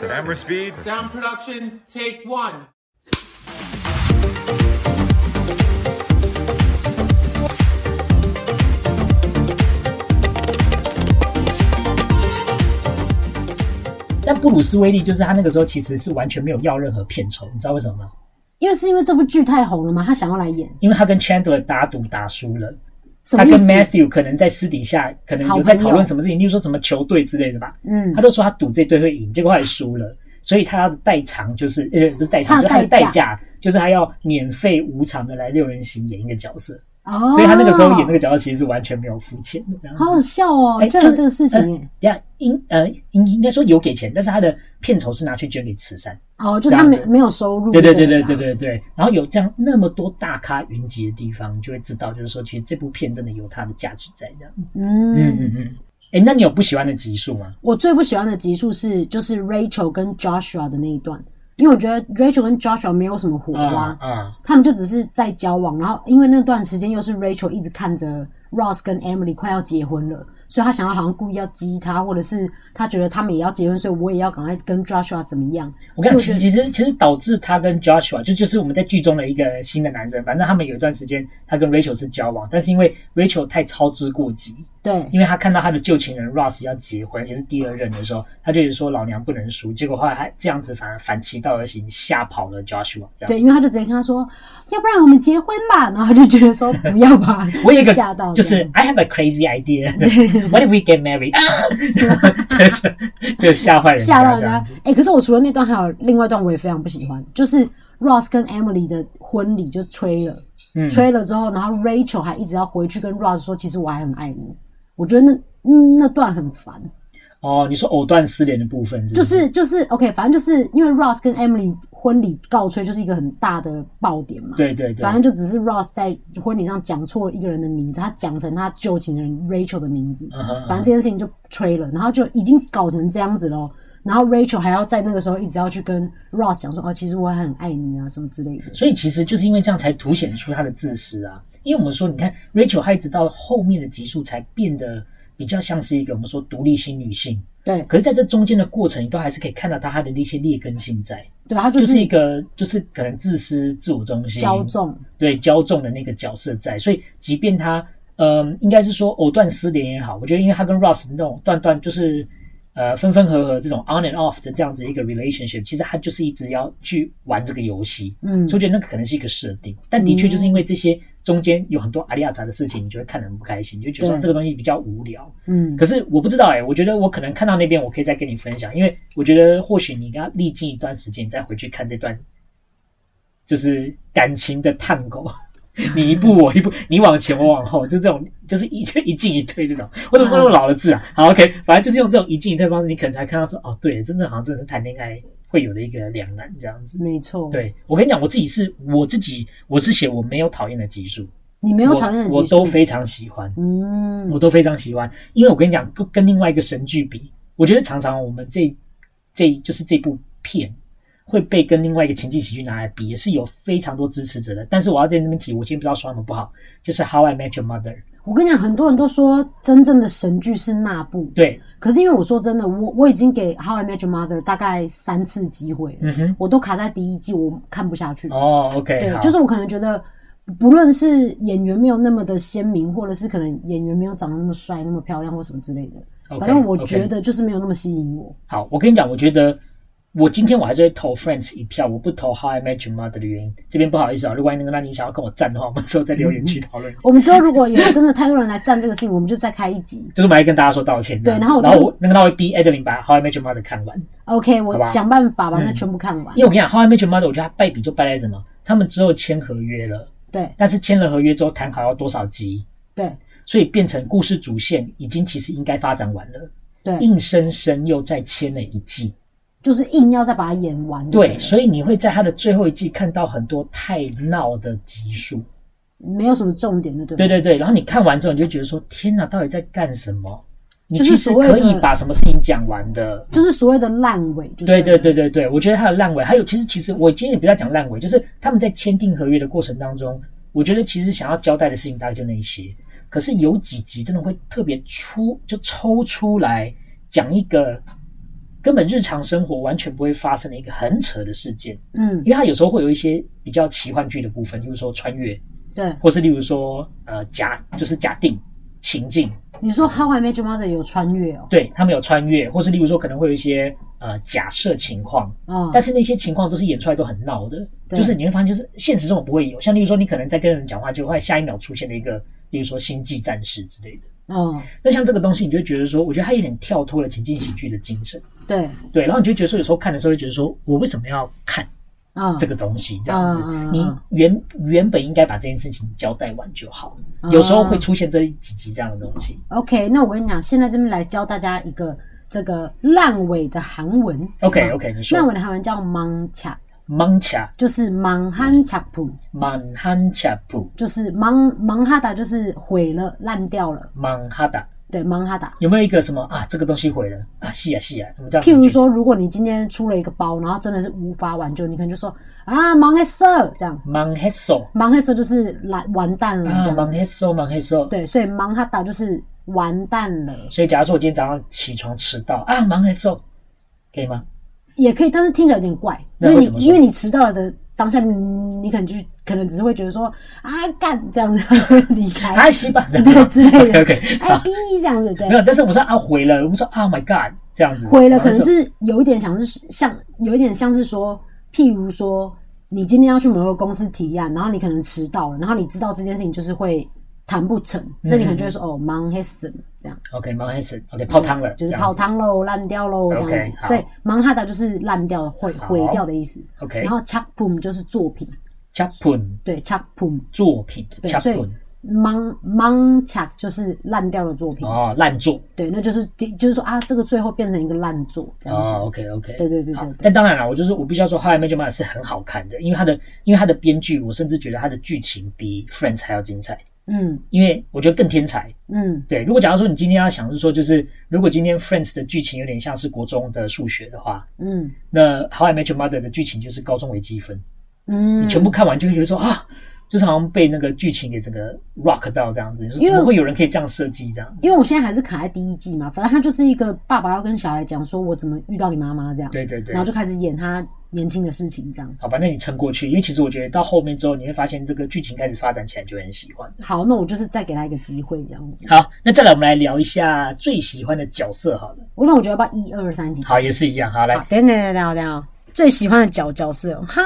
Camera speed. Sound production, take one. 但布鲁斯威利就是他那个时候其实是完全没有要任何片酬，你知道为什么吗？因为是因为这部剧太红了嘛，他想要来演，因为他跟 Chandler 打赌打输了，什他么意跟思？ Matthew 可能在私底下可能有在讨论什么事情，例如说什么球队之类的吧。嗯他，就说他赌这队会赢，结果后来输了，所以他要代偿就是呃不是代偿，他就的他的代代价价就是他要免费无偿的来六人行演一个角色，哦，所以他那个时候演那个角色其实是完全没有付钱的。这样子好好笑哦，哎就就有是这个事呃情哎，等一下应呃应应该说有给钱，但是他的片酬是拿去捐给慈善。哦，就是他没这样子没有收入，对对对对对吧对，对对。然后有这样那么多大咖云集的地方，你就会知道，就是说其实这部片真的有它的价值在这样。嗯嗯，嗯嗯。哎、那你有不喜欢的集数吗？我最不喜欢的集数是就是 Rachel 跟 Joshua 的那一段，因为我觉得 Rachel 跟 Joshua 没有什么火啊花，啊他们就只是在交往，然后因为那段时间又是 Rachel 一直看着 Ross 跟 Emily 快要结婚了，所以他想要好像故意要激他，或者是他觉得他们也要结婚，所以我也要赶快跟 Joshua 怎么样？我跟你讲，其所以实其我实其实导致他跟 Joshua 就就是我们在剧中的一个新的男生，反正他们有一段时间他跟 Rachel 是交往，但是因为 Rachel 太操之过急，对，因为他看到他的旧情人 Ross 要结婚，而且是第二任的时候，他就觉得说老娘不能输，结果后来他这样子反而反其道而行，吓跑了 Joshua 这样。对，因为他就直接跟他说，要不然我们结婚吧， 然后他就觉得说不要吧， 我有一个吓到，就是 I have a crazy idea. What if we get married? 啊就就就吓坏人吓到家人这家样子。。哎、可是我除了那段，还有另外一段我也非常不喜欢，就是 Ross 跟 Emily 的婚礼就吹了，嗯吹了之后，然后 Rachel 还一直要回去跟 Ross 说，其实我还很爱你。我觉得那、嗯、那段很烦，哦，你说藕断丝连的部分是不就是是就是 OK，反正就是因为 Ross 跟 Emily 婚礼告吹就是一个很大的爆点嘛。对对对反，正就只是 Ross 在婚礼上讲错一个人的名字，他讲成他旧情人 Rachel 的名字，嗯哼反正这件事情就吹了，然后就已经搞成这样子喽。然后 Rachel 还要在那个时候一直要去跟 Ross 讲说，哦，其实我很爱你啊，什么之类的。所以其实就是因为这样才凸显出他的自私啊。因为我们说，你看 Rachel 她一直到后面的集数才变得比较像是一个我们说独立型女性，对可是在这中间的过程，你都还是可以看到她她的那些劣根性在，对，他就是是一个就是可能自私、自我中心、骄纵，对骄纵的那个角色在，所以即便他，嗯、应该是说藕断丝连也好，我觉得因为他跟 Ross 那种断断就是，呃，分分合合这种 on and off 的这样子一个 relationship，其实他就是一直要去玩这个游戏，嗯所以我觉得那个可能是一个设定，但的确就是因为这些中间有很多阿里亚杂的事情，你就会看得很不开心，你就觉得说对这个东西比较无聊，嗯，可是我不知道哎、我觉得我可能看到那边，我可以再跟你分享，因为我觉得或许你要历经一段时间，你再回去看这段，就是感情的探狗， 你一步我一步，你往前我往后，就这种，就是一就一进一退这种。我怎么会用老的字嗯啊？好，OK，反正就是用这种一进一退的方式，你可能才看到说，哦，对，真正好像真的是谈恋爱会有的一个两难这样子。没错，，对我跟你讲，我自己是我自己，我是写我没有讨厌的集数，你没有讨厌的我我集数都非常喜欢。嗯我都非常喜欢，因为我跟你讲，跟跟另外一个神剧比，我觉得常常我们这这就是这部片会被跟另外一个情景喜剧拿来比，也是有非常多支持者的。但是我要在那边提，我今天不知道说他们不好，就是《How I Met Your Mother》。我跟你讲，很多人都说真正的神剧是那部，对，可是因为我说真的，我我已经给《How I Met Your Mother》大概三次机会了，嗯哼，我都卡在第一季，我看不下去。哦，OK，对好，，就是我可能觉得，不论是演员没有那么的鲜明，或者是可能演员没有长得那么帅、那么漂亮或什么之类的， OK，反正我 OK 觉得就是没有那么吸引我。好，我跟你讲，我觉得我今天我还是会投 Friends 一票，我不投 How I Met Your Mother 的原因，这边不好意思啊，如果你能让你想要跟我站的话，我们之后在留言区讨论。我们之后如果有真的太多人来站这个事情，我们就再开一集。就是我们来跟大家说道歉这样子，对然后我就然后我那个他会逼 Adeline 把《How I Met Your Mother》看完， OK，好我吧想办法把那嗯全部看完因。为我跟你讲，《How I Met Your Mother》，我觉得它败笔就败在什么？他们之后签合约了，对但是签了合约之后谈好要多少集，对所以变成故事主线已经其实应该发展完了，对，硬生生又再签了一季。就是硬要再把它演完。对，所以你会在它的最后一季看到很多太闹的集数。没有什么重点，对不对？对对，然后你看完之后，你就觉得说：天哪，到底在干什么？你就是其实所谓可的以把什么事情讲完的。就是所谓的烂尾，就对对对对对对，我觉得他的烂尾，还有其实其实我今天也不要讲烂尾，就是他们在签订合约的过程当中，我觉得其实想要交代的事情大概就那一些，可是有几集真的会特别出就抽出来讲一个根本日常生活完全不会发生的一个很扯的事件，嗯，因为它有时候会有一些比较奇幻剧的部分，例如说穿越，对。或是例如说呃假就是假定情境，你说《How I Met Your Mother》有穿越哦？对他们有穿越，或是例如说可能会有一些呃假设情况，啊、但是那些情况都是演出来都很闹的，对就是你会发现就是现实中不会有，像例如说你可能在跟人讲话，就会下一秒出现了一个，例如说星际战士之类的。嗯，那像这个东西，你就会觉得说，我觉得它有点跳脱了情境喜剧的精神，对，对。然后你就觉得说，有时候看的时候会觉得说，我为什么要看嗯，这个东西？这样子嗯嗯嗯，你原原本应该把这件事情交代完就好。啊有时候会出现这几集这样的东西，嗯 OK，那我跟你讲，现在这边来教大家一个这个烂尾的韩文。 OK，OK，你说烂尾的韩文叫 “mangcha”，芒卡就是 “manghanchapu”，满汉卡普就是 “mang manghada”，就是毁了、烂掉了。芒哈达，对，manghada。有没有一个什么啊？这个东西毁了啊！是呀、啊、是呀、啊，我们这样。譬如，说，如果你今天出了一个包，然后真的是无法挽救，你可能就说啊，mangheso 这样芒黑手，mangheso 就是完完蛋了啊这，样。芒黑手，芒黑手。嗯对，所以 manghada 就是完蛋了，所以，假如说我今天早上起床迟到啊，芒黑手，可以吗？也可以，但是听起来有点怪，因那为会你怎么说因为你迟到了的当下，你你可能就是可能只是会觉得说啊干这样子 离开阿，西吧，哎对之 类的 OK，哎逼这样子对啊没。有，但是我们说啊毁了，我们说啊 my god 这样子毁了，可能然后说是有一点想是像，有一点像是说，譬如说，你今天要去某个公司提案，然后你可能迟到了，然后你知道这件事情就是会谈不成，嗯那你可能就会说哦忙黑死了这样， OK 忙黑死 OK 泡汤了，嗯就是这样泡子汤喽、烂掉喽这 OK，样子。好所以忙哈达就是烂掉、毁毁掉的意思。 OK 然后 chak pum 就是作品， chapun 对 chak pum，作品对，所 chapun 以忙忙 chak 就是烂掉的作品，哦烂作对，那就是就是说啊，这个最后变成一个烂作这样子。哦 OK OK 对对对好对对，但当然了，我就是我必须要说《How I Met Your Mother》是很好看的，因为它的因为它的编剧，我甚至觉得它的剧情比《Friends》还要精彩，嗯因为我觉得更天才。嗯对，如果假如说你今天要想是说，就是如果今天《Friends》的剧情有点像是国中的数学的话，嗯。那《How I Met Your Mother》的剧情就是高中微积分。嗯，你全部看完就会觉得说啊，就是好像被那个剧情给整个 rock 到这样子，你说因为怎么会有人可以这样设计这样子？因为我现在还是卡在第一季嘛，反正他就是一个爸爸要跟小孩讲说，我怎么遇到你妈妈这样，对对对然后，就开始演他年轻的事情这样。好吧，那你撑过去，因为其实我觉得到后面之后，你会发现这个剧情开始发展起来就会很喜欢。好，那我就是再给他一个机会这样子。好，那再来我们来聊一下最喜欢的角色好了，我那我觉得要不要一二三一起讲？好也是一样，好来好，，等一下等一下等一下等一下，最喜欢的角角色哦，哈，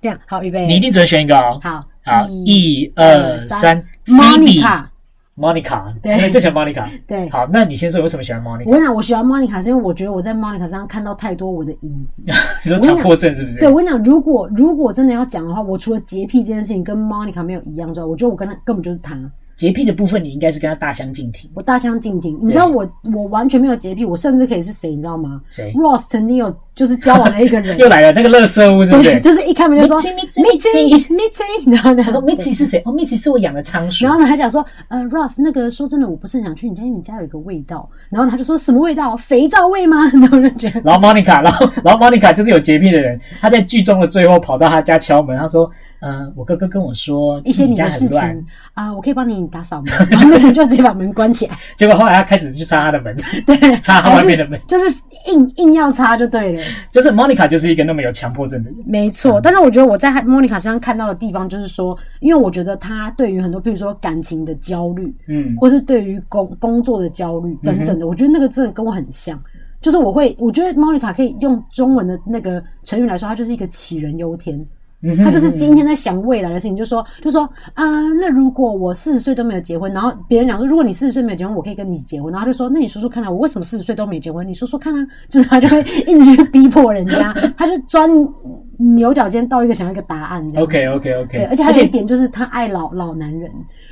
这样好，预备，你一定只能选一个哦。好，好，一二三 m o n i c ，Phoebe a Monica，对那你最喜欢 Monica。对。好，那你先说为什么喜欢我 Monica？跟你讲，我喜欢 Monica 是因为我觉得我在 Monica 身上看到太多我的影 子。你说强迫症是不是？对，我跟你讲，如果如果真的要讲的话，我除了洁癖这件事情跟 Monica 没有一样之外，我觉得我跟她根本就是她。洁癖的部分你应该是跟他大相径庭。我大相径庭。你知道我我完全没有洁癖，我甚至可以是谁，你知道吗谁？Ross 曾经有就是交往了一个人，嗯 又来了那个乐色屋，是不是？ 就是一开门就说 Mitzi, Mitzi, Mitzi，然后他他说 Mitzi 是谁？哦，Mitzi 是我养的仓鼠。然后呢，还讲说，呃，Ross，那个说真的，我不是很想去你家，因为你家有一个味道。然后他就说什么味道？肥皂味吗？ 然后我就觉得，然后 Monica，然后然后 Monica 就是有洁癖的人，她在剧中的最后跑到他家敲门，她说：“嗯、我哥哥跟我说，一些你你家的很事乱。情啊、我可以帮你打扫吗？然后那个人就直接把门关起来，”结果后来他开始去擦他的门， 擦他还外面的是门。就是硬硬要擦就对了。就是 Monica 就是一个那么有强迫症的人。没错，但是我觉得我在莫妮卡身上看到的地方，就是说，因为我觉得她对于很多，比如说感情的焦虑，嗯，或是对于工工作的焦虑等等的，我觉得那个真的跟我很像。就是我会，我觉得莫妮卡可以用中文的那个成语来说，她就是一个杞人忧天。嗯她就是今天在想未来的事情，就说就说啊、那如果我四十岁都没有结婚，然后别人讲说，如果你四十岁没有结婚，我可以跟你结婚，然后她就说，那你说说看啊，我为什么四十岁都没结婚？你说说看啊，就是她就会 一直去逼迫人家，她就钻牛角尖到一个想要一个答案这样。 OK OK 对， OK，而且还有一点就是他爱老老男 人。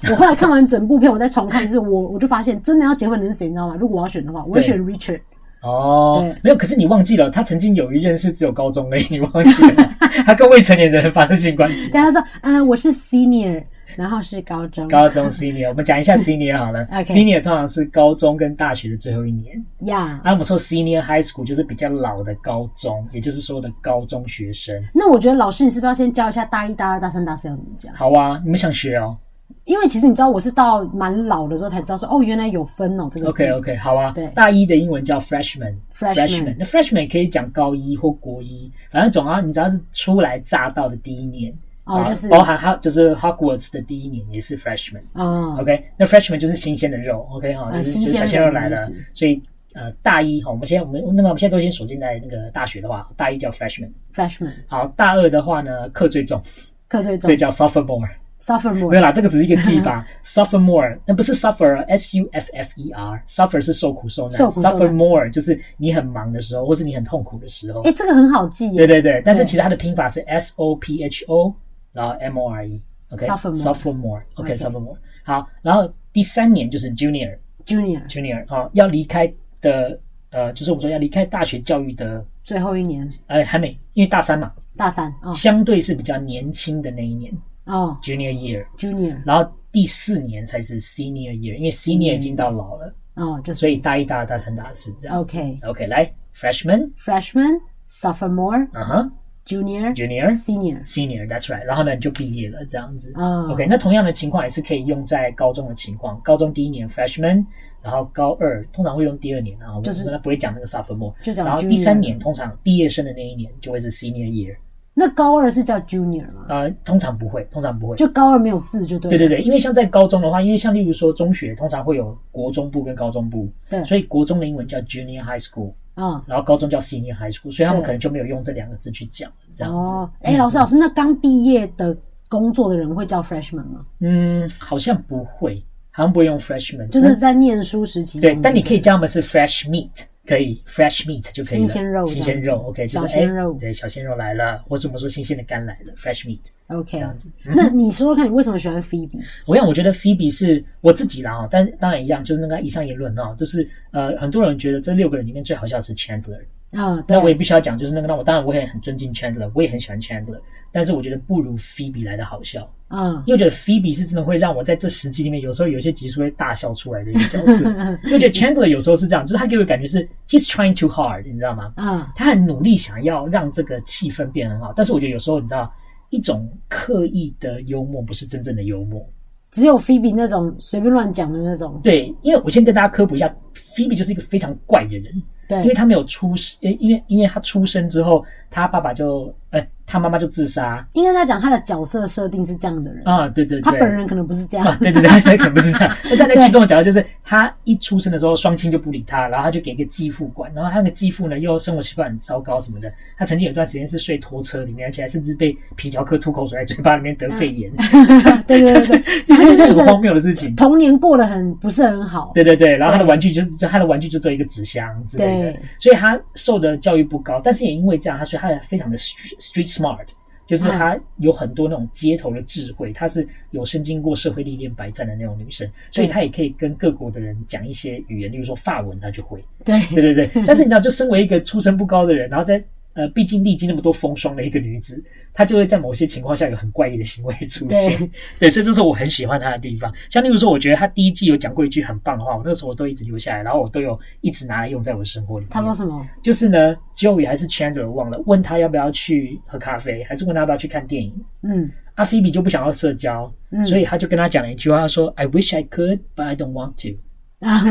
我后来看完整部片，我再重看一次，我我就发现真的要结婚的人是谁，你知道吗？如果我要选的话，我会对选 Richard。哦对，没有，可是你忘记了，他曾经有一任是只有高中而已，你忘记 了，他跟未成年人发生性关系。但他说，嗯，我是 Senior，然后是高中高中 senior，我们讲一下 senior 好了。 OK Senior 通常是高中跟大学的最后一年。呀。啊，我们说 senior high school 就是比较老的高中，也就是说的高中学生。那我觉得老师，你是不是要先教一下大一、大二、大三、大四要怎么讲？好啊，你们想学哦？因为其实你知道，我是到蛮老的时候才知道说，哦，原来有分哦这个字 OK OK，好啊。对大一的英文叫 freshman。 Freshman 那 freshman 可以讲高一或国一，反正总啊，你只要是初来乍到的第一年，哦啊，就是包含哈就是 Hogwarts 的第一年也是 freshman。嗯 OK，那 freshman 就是新鲜的肉，OK 哈、嗯就是新就鲜是小鲜人肉的来意了思，所以呃大一哈，我们现在我们那么我们现在都先锁定在那个大学的话，大一叫 freshman， ，freshman 好，大二的话呢课最重，课最所以叫重 sophomore，没有，sophomore 啦，这个只是一个技 法，sophomore 那不是 suffer，s u f f e r，suffer 是受苦受难受苦受难，sophomore 就是你很忙的时候，或是你很痛苦的时候哎、，这个很好记耶，对对对，但是对其实它的拼法是 S O P H O，然后 M O R Sophomore OK E，OK，sophomore，OK sophomore。好，然后第三年就是 junior，junior ，junior 啊，要离开的呃，就是我们说要离开大学教育的最后一年，呃还没，因为大三嘛，大三哦相对是比较年轻的那一年哦 junior year， ，junior 然后第四年才是 senior year，因为 senior 已经到老了，哦，就是所以大一、大二、大三、大四这样。 OK OK，来 freshman， freshman sophomore 啊哈 junior ，junior。 senior senior，that's right，然后呢你就毕业了这样子。啊 OK，那同样的情况也是可以用在高中的情况，高中第一年 freshman，然后高二通常会用第二年，然后就是不会讲那个 sophomore，就讲然后 junior 第三年通常毕业生的那一年就会是 senior year，那高二是叫 junior 吗？呃，通常不会，通常不会。就高二没有字就对对了，对对，因为像在高中的话，因为像例如说中学通常会有国中部跟高中部，对所以国中的英文叫 junior high school，啊、然后高中叫 senior high school，所以他们对可能就没有用这两个字去讲这样子。嗯哦，哎、老师老师，那刚毕业的工作的人会叫 freshman 吗？嗯，好像不会，好像不会用 freshman，就那是在念书时期用的，对，但你可以叫他们是 fresh meat，可以 fresh meat 就可以了。新鲜肉新鲜肉这样子，OK，小就是鲜肉哎对，小鲜肉来了，或者我们说新鲜的肝来了，fresh meat。 OK 这样子嗯那你说说看，你为什么喜欢 Phoebe？我想，我觉得 Phoebe 是我自己啦哦，但当然一样，就是那个以上言论哦，就是呃，很多人觉得这六个人里面最好笑的是 Chandler，啊，那我也对，必须要讲，就是那个，那我当然我也很尊敬 Chandler，我也很喜欢 Chandler，但是我觉得不如 Phoebe 来的好笑。嗯，因为我觉得 Phoebe 是真的会让我在这十集里面，有时候有一些集数会大笑出来的一个角 色。因为我觉得 Chandler 有时候是这样，就是他给我的感觉是 he's trying too hard，你知道吗？ 啊，他很努力想要让这个气氛变得很好，但是我觉得有时候你知道，一种刻意的幽默不是真正的幽默。只有 Phoebe 那种随便乱讲的那种，对，因为我先跟大家科普一下，Phoebe 就是一个非常怪的人，对因为，他没有出，呃因为因为他出生之后，他爸爸就，呃，他妈妈就自杀应该在讲他的角色设定是这样的人，啊，对对对，他本人可能不是这样啊，，对对对，他可能不是这 样。那在那剧中的角色就是，他一出生的时候，双亲就不理他，然后他就给一个继父管，然后他那个继父呢，又生活习惯很糟糕什么的。他曾经有一段时间是睡拖车里面，而且还甚至被皮条客吐口水在嘴巴里面得肺嗯炎，就是对对对就是这些是很荒谬的事情。童年过得很不是很好，对对对，然后他的对玩具就是就他的玩具就只有一个纸箱之类的对，所以他受的教育不高，但是也因为这样，他所以他非常的 street street smart，就是他有很多那种街头的智慧，她是有身经过社会历练百战的那种女生，所以她也可以跟各国的人讲一些语言，例如说法文， 她就会。对对对对，但是你知道，就身为一个出身不高的人，然后在呃，毕竟历经那么多风霜的一个女子，她就会在某些情况下有很怪异的行为出现。对 对，所以这是我很喜欢她的地方。像例如说，我觉得她第一季有讲过一句很棒的话，我那个时候我都一直留下来，然后我都有一直拿来用在我的生活里面。他说什么？就是呢，Joey 还是 Chandler 忘了问他要不要去喝咖啡，还是问他要不要去看电影。嗯阿菲比就不想要社交，嗯所以他就跟他讲了一句话，他说：“I wish I could, but I don't want to。” 啊，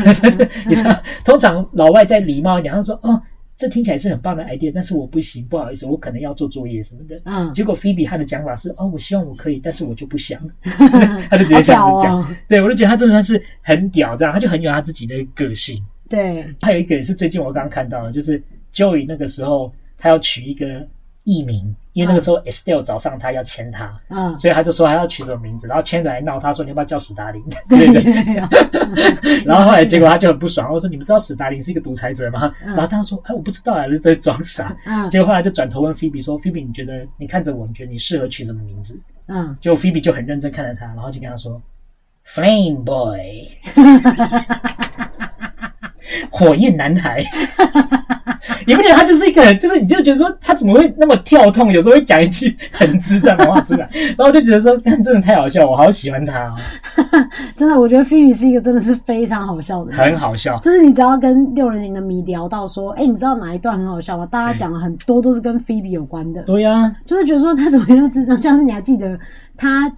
就是你知道，通常老外在礼貌一点，他说：“哦，这听起来是很棒的 idea，但是我不行，不好意思，我可能要做作业什么的。”嗯，结果菲比他的讲法是：“哦，我希望我可以，但是我就不想。”他就直接这样子好讲，屌哦对我就觉得他真的是很屌，这样他就很有他自己的个性。对，还有一个也是最近我刚刚看到的，就是 Joey 那个时候他要取一个艺名，因为那个时候 Estelle 找上他要签他，嗯，所以他就说他要取什么名字，然后 Chandler 还闹他说你要不要叫史达林 之类的。然后后来结果他就很不爽，我说你们知道史达林是一个独裁者吗？嗯然后他说哎我不知道啊，就在装傻。嗯结果后来就转头问菲比说：“菲比，你觉得你看着我，你觉得你适合取什么名字嗯？”，结果菲比就很认真看着他，然后就跟他说：“Flame Boy，火焰男孩。”你不觉得他就是一个，就是你就觉得说他怎么会那么跳痛，有时候会讲一句很智障的话出来，然后我就觉得说，看真的太好笑，我好喜欢他、哦，真的，我觉得 Phoebe 是一个真的是非常好笑的人。很好笑。就是你只要跟六人行的迷聊到说，哎、你知道哪一段很好笑吗？大家对讲了很多都是跟 Phoebe 有关的，对呀、就是觉得说他怎么会那么智障。像是你还记得他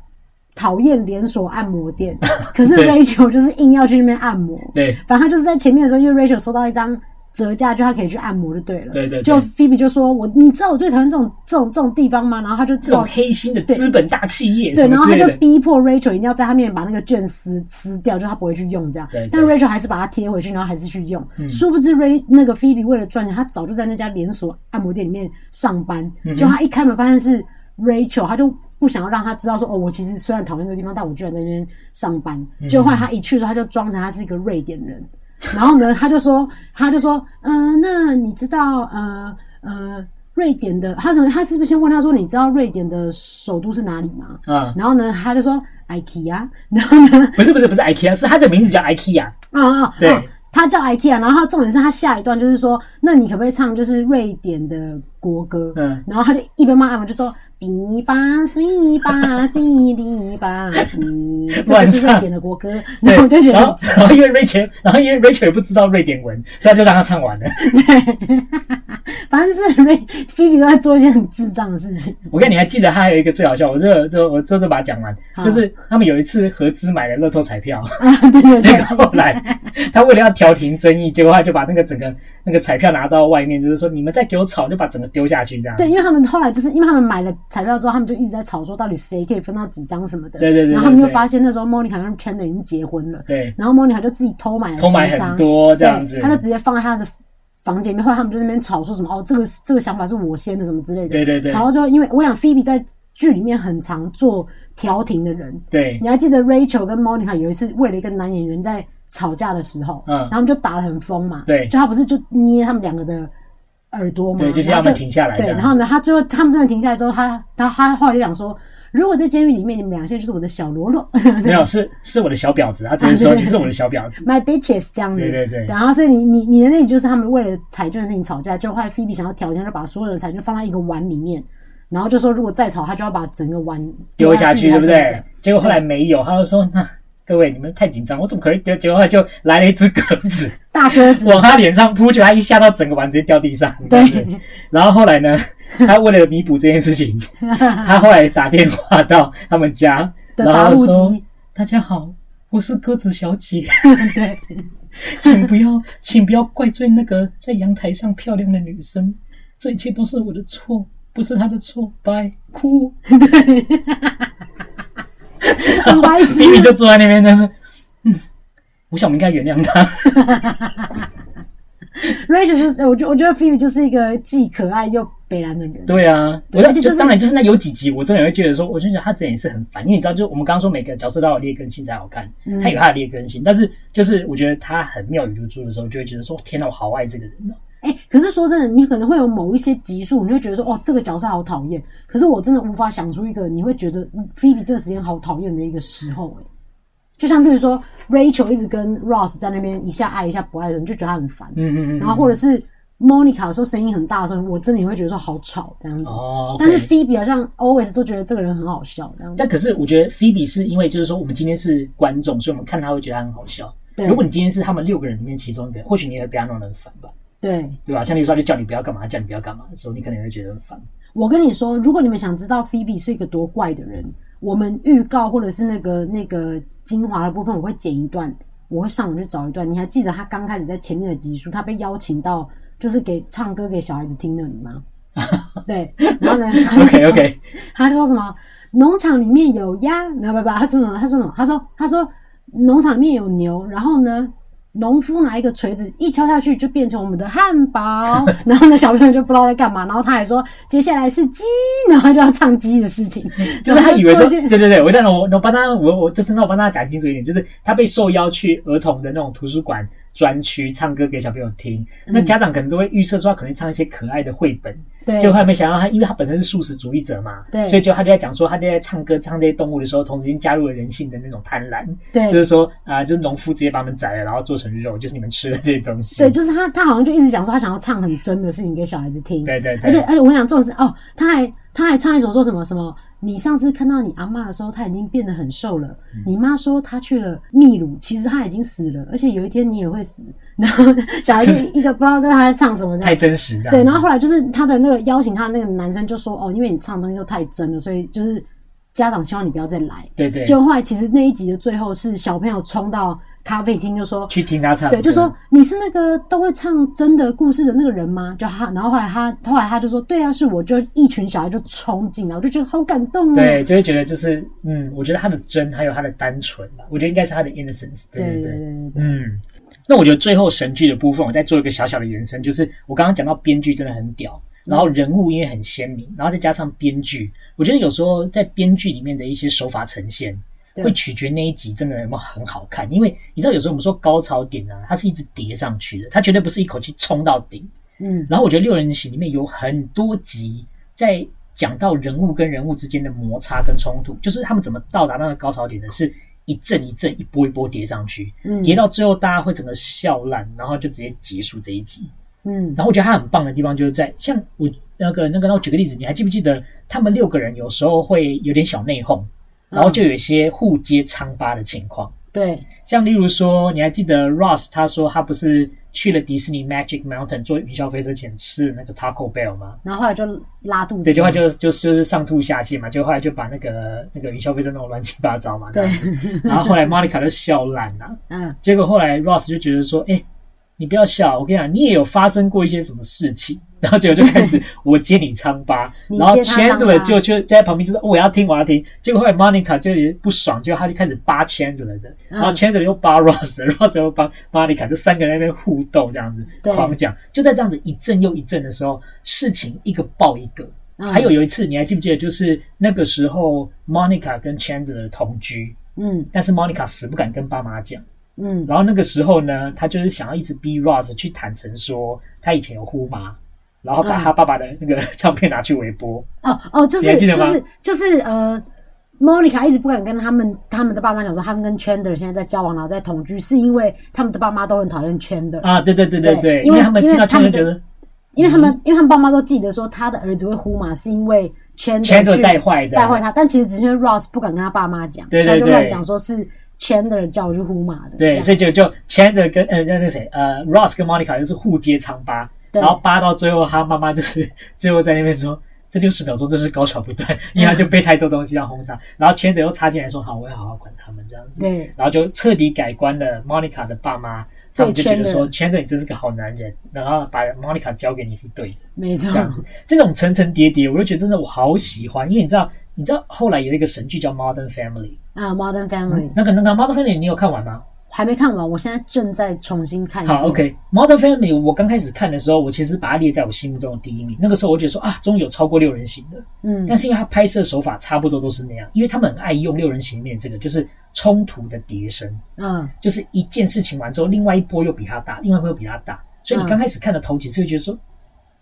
讨厌连锁按 摩店，可是对 Rachel 就是硬要去那边按摩。对反正他就是在前面的时候，因为 Rachel 收到一张折价券，他可以去按摩就对了。对对对就 Phoebe 就说：“我，你知道我最讨厌这种这种这种地方吗？”然后他就这种叫黑心的资本大企业对，什然么后之他类就的，逼迫 Rachel 一定要在他面前把那个券撕撕掉，就是他不会去用这样。对对嗯但 Rachel 还是把它贴回去，然后还是去用。殊不知 Ray 那个 Phoebe 为了赚钱，他早就在那家连锁按摩店里面上班。嗯就他一开门发现是 Rachel，他就不想要让他知道说哦，我其实虽然讨厌这个地方，但我居然在那边上班。嗯就后来他一去的时候，他就装成他是一个瑞典人。然后呢，他就说，他就说，嗯、那你知道，呃呃，瑞典的，他怎么，他是不是先问他说，你知道瑞典的首都是哪里吗？啊、然后呢，他就说 IKEA，然后呢， 不是不是不是 IKEA，是它的名字叫 IKEA，啊啊，对啊他叫 IKEA，然后他重点是他下一段就是说，那你可不可以唱就是瑞典的国歌？嗯，然后他就一边骂按摩就说比巴西巴西里巴西，这个乱是瑞唱典的国歌。对然 后我就觉，然得后然后因为 Rachel，然后因为 Rachel 也不知道瑞典文，所以他就让他唱完了。反正就是瑞菲比都在做一些很智障的事情。我跟你还记得他还有一个最好笑，我这这我这就把它讲完，好就是他们有一次合资买了乐透彩票，啊，对 对结对，果后来 他为了要调停争议，结果他就把那个整个那个彩票拿到外面，就是说你们再给我炒，就把整个丢下去这样。 对，因为他们后来就是因为他们买了彩票之后，他们就一直在吵说到底谁可以分到几张什么的。对对对对然后他们对就发现那时候莫妮卡跟 Chandler 已经结婚了，对然后莫妮卡就自己偷买了偷买10张很多这样子对他就直接放在他的房间里面。后来他们就在那边吵说什么哦，这个这个想法是我先的什么之类的。对对对吵到最后，因为我想 Phoebe 在剧里面很常做调停的人，对你还记得 Rachel 跟 Monica 有一次为了一个男演员在吵架的时候，嗯然后他们就打得很疯嘛，对就他不是就捏他们两个的耳朵嘛，对就是然后要他们停下来对，这样然子后呢，他最后他们真的停下来之后，他他他后来就讲说，如果在监狱里面，你们俩现在就是我的小喽啰没有是是我的小婊子，他啊只啊是说你是我的小婊子。 ，my bitches 这样子，对对对然后所以你你你的那里就是他们为了彩券的事情吵架，就后来 Phoebe 想要调件，就把所有的彩券放在一个碗里面，然后就说如果再吵，他就要把整个碗丢下 去，对不还是什么对的？结果后来没有，他就说那。各位，你们太紧张，我怎么可能丢？结果他就来了一只鸽子，大 鸽子，往他脸上扑，就他一吓到整个碗直接掉地上。对这样子，然后后来 呢，他为了弥补这件事情，他后来打电话到他们家，的然打后路说机：“ 大家好，我是鸽子小姐，对。 请不要，请不要怪罪那个在阳台上漂亮的女生，这一切都是我的错，不是她的错。”拜， 哭。很白 痴吉米就坐在那边，但是，嗯，我想我们应该原谅他。 Rachel 就是，我觉我觉得 Phoebe 就是一个既可爱又北蓝的人。对啊，对我而且就就是当然就是那有几集，我真的会觉得说，我就觉得他这也是很烦，因为你知道，就我们刚刚说每个角色都有劣根性才好看，嗯他有他的劣根性，但是就是我觉得他很妙语如珠的时候，就会觉得说，哦天哪，我好爱这个人哦。哎、可是说真的，你可能会有某一些集数，你会觉得说，哦，这个角色好讨厌。可是我真的无法想出一个你会觉得嗯 Phoebe 这个时间好讨厌的一个时候、哎，就像比如说 Rachel 一直跟 Ross 在那边一下爱一下不爱的人，你就觉得他很烦。嗯嗯然后或者是 Monica 说声音很大的时候，我真的也会觉得说好吵这样子。哦，嗯但是 OK Phoebe 好像 always 都觉得这个人很好笑这样子。但可是我觉得 Phoebe 是因为就是说我们今天是观众，所以我们看他会觉得他很好笑。对如果你今天是他们六个人里面其中一个，或许你也会被他弄得很烦吧，对，对吧？像例如说，他就叫你不要干嘛，叫你不要干嘛的时候，你可能会觉得很烦。我跟你说，如果你们想知道 Phoebe 是一个多怪的人，我们预告或者是那个那个精华的部分，我会剪一段，我会上网去找一段。你还记得他刚开始在前面的集数，他被邀请到就是给唱歌给小孩子听那里吗？对，然后呢 OK OK，他就说什么农场里面有鸭，然后不不，他说什么？他说什么？他说他说农场里面有牛，然后呢，农夫拿一个锤子一敲下去就变成我们的汉堡， 然后呢，小朋友就不知道在干嘛，然后他还说接下来是鸡，然后就要唱鸡的 事情，就是他以为说，然后就做一对对些对，我让我我帮他，我我就是那我帮他讲清楚一点，就是他被受邀去儿童的那种图书馆专区唱歌给小朋友听，那家长可能都会预设说他可能唱一些可爱的绘本，嗯对结果他没想到他，因为他本身是素食主义者嘛，对所以就他就在讲说，他就在唱歌唱这些动物的时候，同时间加入了人性的那种贪婪，就对是说啊、就是农夫直接把他们宰了，然后做成肉，就是你们吃的这些东西，对，就是他他好像就一直讲说他想要唱很真的事情给小孩子听，对对对而且而且我想重点是哦，他还他还唱一首说什么什么。你上次看到你阿嬷的时候，她已经变得很瘦了。嗯你妈说她去了秘鲁，其实她已经死了，而且有一天你也会死。 然后小孩就就是一个不知道在他在唱什么这太样。真实这样子，对，然后后来就是他的那个邀请他的那个男生就说：“哦，因为你唱的东西都太真了，所以就是家长希望你不要再来。对对，就后来其实那一集的最后是小朋友冲到咖啡厅就说，去听他唱歌，对，就说你是那个都会唱真的故事的那个人吗？就他，然后后来他后来他就说，对啊，是我，就一群小孩就冲进来，我就觉得好感动哦。对，就会觉得就是嗯，我觉得他的真还有他的单纯吧，我觉得应该是他的 innocence，对对对对，对对对嗯。那我觉得最后神剧的部分，我再做一个小小的延伸，就是我刚刚讲到编剧真的很屌，嗯然后人物因为很鲜明，然后再加上编剧，我觉得有时候在编剧里面的一些手法呈现，对会取决那一集真的有没有很好看。因为你知道，有时候我们说高潮点啊，它是一直叠上去的，它绝对不是一口气冲到顶。嗯，然后我觉得《六人行》里面有很多集在讲到人物跟人物之间的摩擦跟冲突，就是他们怎么到达那个高潮点的，是一阵一阵、一波一波叠上去，嗯叠到最后大家会整个笑烂，然后就直接结束这一集。嗯，然后我觉得他很棒的地方就是在像我那个那个，那我举个例子，你还记不记得他们六个人有时候会有点小内讧，然后就有一些互揭疮疤的情况。对像例如说，你还记得 Ross 他说他不是去了迪士尼 Magic Mountain 坐云霄飞车前吃那个 Taco Bell 吗？然后后来就拉肚子，对，就后来就就就是上吐下泻嘛，就后来就把那个那个云霄飞车弄得乱七八糟嘛，这对样，子。然后后来 Monica 就笑烂了、嗯，结果后来 Ross 就觉得说，哎、你不要笑，我跟你讲，你也有发生过一些什么事情。 然后结果就开 始我揭你疮疤，你然后揭他疮疤 Chandler 就就在旁边就说我要听我要听，结果后来 Monica 就也不爽，就他就开始扒 Chandler 的，嗯然后 Chandler 又扒 Ross 的，Ross 又扒 Monica，这三个人在那边互斗这样子对狂讲，就在这样子一阵又一阵的时候，事情一个爆一个。嗯还有有一次你还记不记得，就是那个时候 Monica 跟 Chandler 同居，嗯但是 Monica 死不敢跟爸妈讲。嗯然后那个时候呢，他就是想要一直逼 Ross 去坦诚说他以前有呼麻，然后把嗯他爸爸的那个唱片拿去微波。哦哦，就你还是记就得吗是就是呃，Monica 一直不敢跟他们他们的爸妈讲说，他们跟 Chandler 现在在交往，然后在同居，是因为他们的爸妈都很讨厌 Chandler，、啊，对对对对对对，因因为为他们听到因为他们 Chandler 觉得因为他嗯们、因为他们爸妈都记得说他的儿子会呼嘛，是因为 Chandler Chandler 去带坏的，带坏他，但其实只是因为 Ross 不敢跟他爸妈讲，对对所以他就乱对讲说是 Chandler 叫我去呼嘛的，对，这所样以就就 Chandler 跟呃那那谁呃 Ross 跟 Monica 就是互揭疮疤，对然后扒到最后，他妈妈就是 最后在那边说。这六十秒钟真是高潮不断，因为他嗯就被太多东西让轰炸，然后 Chandler 又插进来说：“好，我要好好管他们这样子。”对然后就彻底改观了 Monica 的爸妈，他们就觉得说 Chandler 你真是个好男人，然后把 Monica 交给你是对的，没错这，样 子，这种层层叠叠，我就觉得真的我好喜欢，因为你知道，你知道后来有一个神剧叫 Modern Family，啊，Modern Family、那个那个 Modern Family 你有看完吗？还没看完，我现在正在重新看一遍。好，OK，Modern Family 我刚开始看的时候，我其实把它列在我心目中的第一名，那个时候我就觉得说啊，终于有超过六人行的，嗯但是因为它拍摄手法差不多都是那样，因为他们很爱用六人行里面这个就是冲突的叠声。嗯就是一件事情完之后，另外一波又比他大，另外一波又比他大，所以你嗯刚开始看的头几次会觉得说，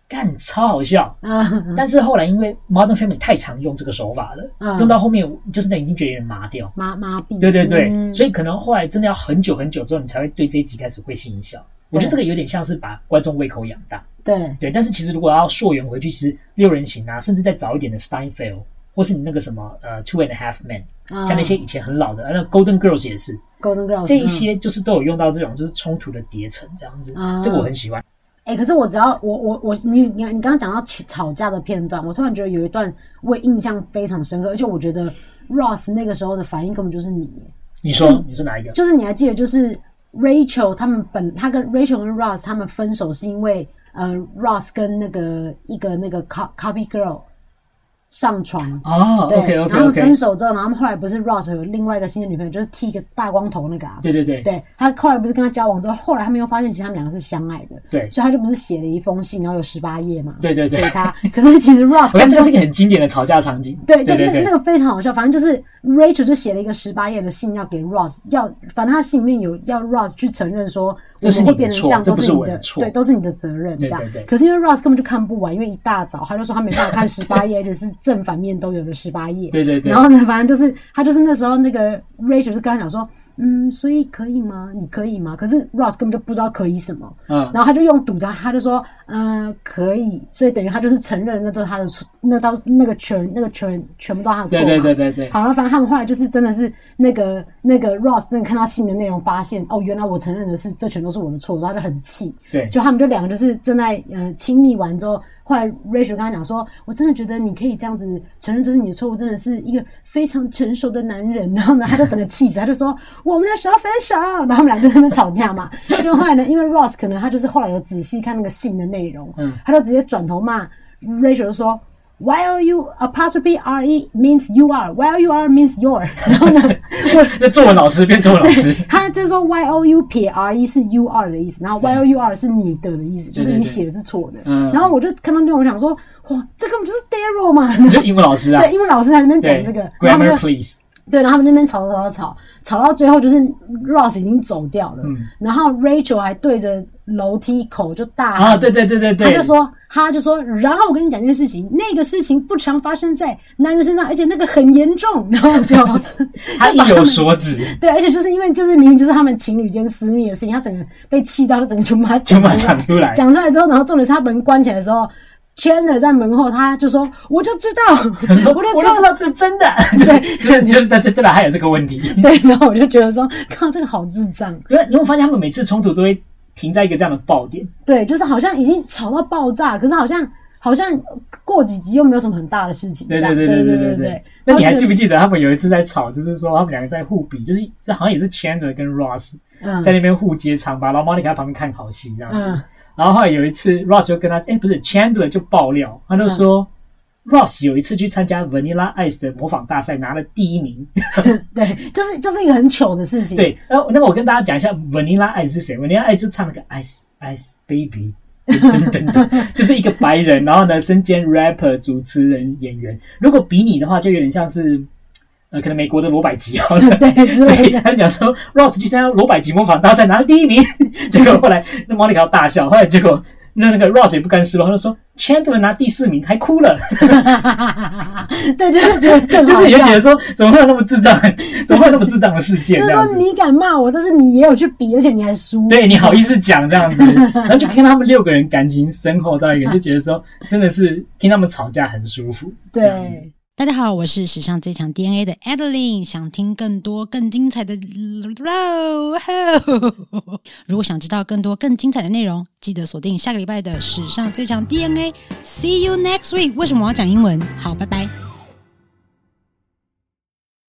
干超好笑。嗯但是后来因为 Modern Family 太常用这个手法了，嗯用到后面就是那已经觉得有点麻掉。 麻麻痹，对对对，嗯所以可能后来真的要很久很久之后，你才会对这一集开始会心一笑。我觉得这个有点像是把观众胃口养大，对对。但是其实如果要溯源回去，其实六人行啊，甚至再早一点的 Steinfeld，或是你那个什么呃 Two and a Half Men，啊像那些以前很老的，呃那 Golden Girls 也是， Golden Girls 这一嗯些就是都有用到这种就是冲突的叠层这样子啊，这个我很喜欢。哎、可是我只要我我我你你你刚刚讲到吵吵架的片段，我突然觉得有一段我也印象非常深刻，而且我觉得 Ross 那个时候的反应根本就是你耶，你说你说哪一个？嗯就是你还记得就是 Rachel 他们本他跟 Rachel 跟 Ross 他们分手是因为呃 Ross 跟那个一个那个 co- copy girl 上床。哦对，OK 然 OK 后他们 OK，分手之后，然后他们后来不是 Ross 有另外一个新的女朋友，就是剃一个大光头那个啊，对对对对他后来不是跟他交往之后，后来他们又发现其实他们两个是相爱的，对所以他就不是写了一封信，然后有十八页嘛，对对对给，他。可是 其实 Ross 我看这个是一根本个很经典的吵架场景。对，就对那对个那对，个非常好笑，反正就是 Rachel 就写了一个十八页的信要给 Ross，要反正他信里面有要 Ross 去承认说我这是们你会的变成这错样，这都不是是你我的的错对，都是你的责任这样对对对。可是因为 Ross 根本就看不完，因为一大早他就说他没办法看十八页，而且是正反面都有的十八页。对对对然后呢，反正就是他就是那时候那个 Rachel 就跟他讲说。嗯，所以可以吗？你可以吗？可是 Ross 根本就不知道可以什么，嗯，然后他就用赌的，他就说，嗯、可以，所以等于他就是承认那都是他的错，那到那个全那个全全部都他的错对嘛。对对对对，好了，反正他们后来就是真的是那个那个 Ross 真的看到信的内容，发现哦，原来我承认的是这全都是我的错，然后他就很气。对就他们就两个就是正在呃亲密完之后，后来 Rachel 跟他讲说，我真的觉得你可以这样子承认这是你的错误，真的是一个非常成熟的男人。然后呢，他就整个气死，他就说我们那时候分手，然后他们俩就在那边吵架嘛。就后来呢，因为 Ross 可能他就是后来有仔细看那个信的内容，嗯他就直接转头骂 Rachel 就说。Why are you apostrophe R E means you are. Why are you are means your. 然后呢，我 那作文老师变作文老师， 他就是说 Y O U 撇 R E 是 U R 的意思，然后 Y O U R 是你的的意思，就是对你对写的是错的。嗯然后我就看到那种，我想说，哇，这根本就是 Daryl 嘛。你就英文老师啊 对，，因为老师在那边对讲这个，然后他，grammar 们就 please，对，然后他们那边吵吵吵吵吵到最后，就是 Ross 已经走掉了，嗯然后 Rachel 还对着楼梯口就大喊啊，对对对对他对，就说，他就说，然后我跟你讲一件事情，那个事情不常发生在男人身上，而且那个很严重，然后就 他他意有所指，对，而且就是因为就是明明就是他们情侣间私密的事情，他整个被气到，他整个就把它就讲出把它来。讲出来，讲出来之后，然后重点是他门关起来的时候，Chandler 在门后，他就说：“我就知道，他说我就我知就道知道这是真的，对就是就是在这这来还有这个问题， 对，然后我就觉得说，靠，这个好智障。因为你会发现他们每次冲突都会停在一个这样的爆点，对，就是好像已经吵到爆炸，可是好像好像过几集又没有什么很大的事情。对这对样对对对对对对。那你还然后记就不记得他们有一次在吵，就是说他们两个在互比，就是这好像也是 Chandler 跟 Ross 嗯在那边互接长发，然后 Monica 在旁边看好戏这样子嗯。然后后来有一次 Ross 就跟他，哎，不是 Chandler 就爆料，他就说。Ross 嗯有一次去参加 Vanilla Ice 的模仿大赛，拿了第一名。对，就是就是一个很糗的事情。对，那那么我跟大家讲一下 Vanilla Ice 是谁。Vanilla Ice 就唱那个 Ice Ice Baby，等等等，就是一个白人，然后呢，身兼 rapper、主持人、演员。如果比你的话，就有点像是呃，可能美国的罗百吉好了。 对之所类以的，他就讲说，Ross 去参加罗百吉模仿大赛拿了第一 名，结果后来那 Monica 大笑，后来结果那那个 Ross 也不甘示弱，他就说 Chandler 拿第四名还哭了，对，就是觉得 更就好是也笑觉得说怎么会有那么智障，怎么会有那么智障的事件就这是样说子。你敢骂我，但是你也有去比，而且你还输。对你好意思讲这样子，然后就看他们六个人感情深厚到一个，就觉得说真的是听他们吵架很舒服。对，大家好，我是史上最强 DNA 的 Adeline。想听更多更精彩的，如果想知道更多更精彩的内容，记得锁定下个礼拜的史上最强 DNA。See you next week。为什么我要讲英文？好，拜拜。